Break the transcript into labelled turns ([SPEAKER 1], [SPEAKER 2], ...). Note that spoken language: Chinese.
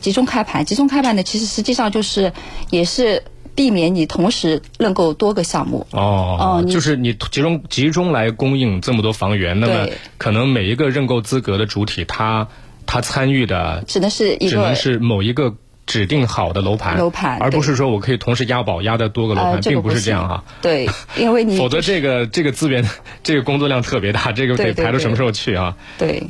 [SPEAKER 1] 集中开盘，集中开盘呢，其实实际上就是也是避免你同时认购多个项目。
[SPEAKER 2] 哦
[SPEAKER 1] 哦，你
[SPEAKER 2] 就是你集中集中来供应这么多房源，那么
[SPEAKER 1] 对
[SPEAKER 2] 可能每一个认购资格的主体，他他参与的
[SPEAKER 1] 只能是一
[SPEAKER 2] 只
[SPEAKER 1] 个
[SPEAKER 2] 能是某一个指定好的楼盘，
[SPEAKER 1] 楼盘
[SPEAKER 2] 而不
[SPEAKER 1] 对
[SPEAKER 2] 是说我可以同时押宝押的多个楼盘，
[SPEAKER 1] 呃，这个
[SPEAKER 2] 并不是这样啊
[SPEAKER 1] 啊。。对，因为你
[SPEAKER 2] 否则这个这个资源这个工作量特别大，这个得
[SPEAKER 1] 对对
[SPEAKER 2] 排到
[SPEAKER 1] 对
[SPEAKER 2] 什么时候去啊？
[SPEAKER 1] 对。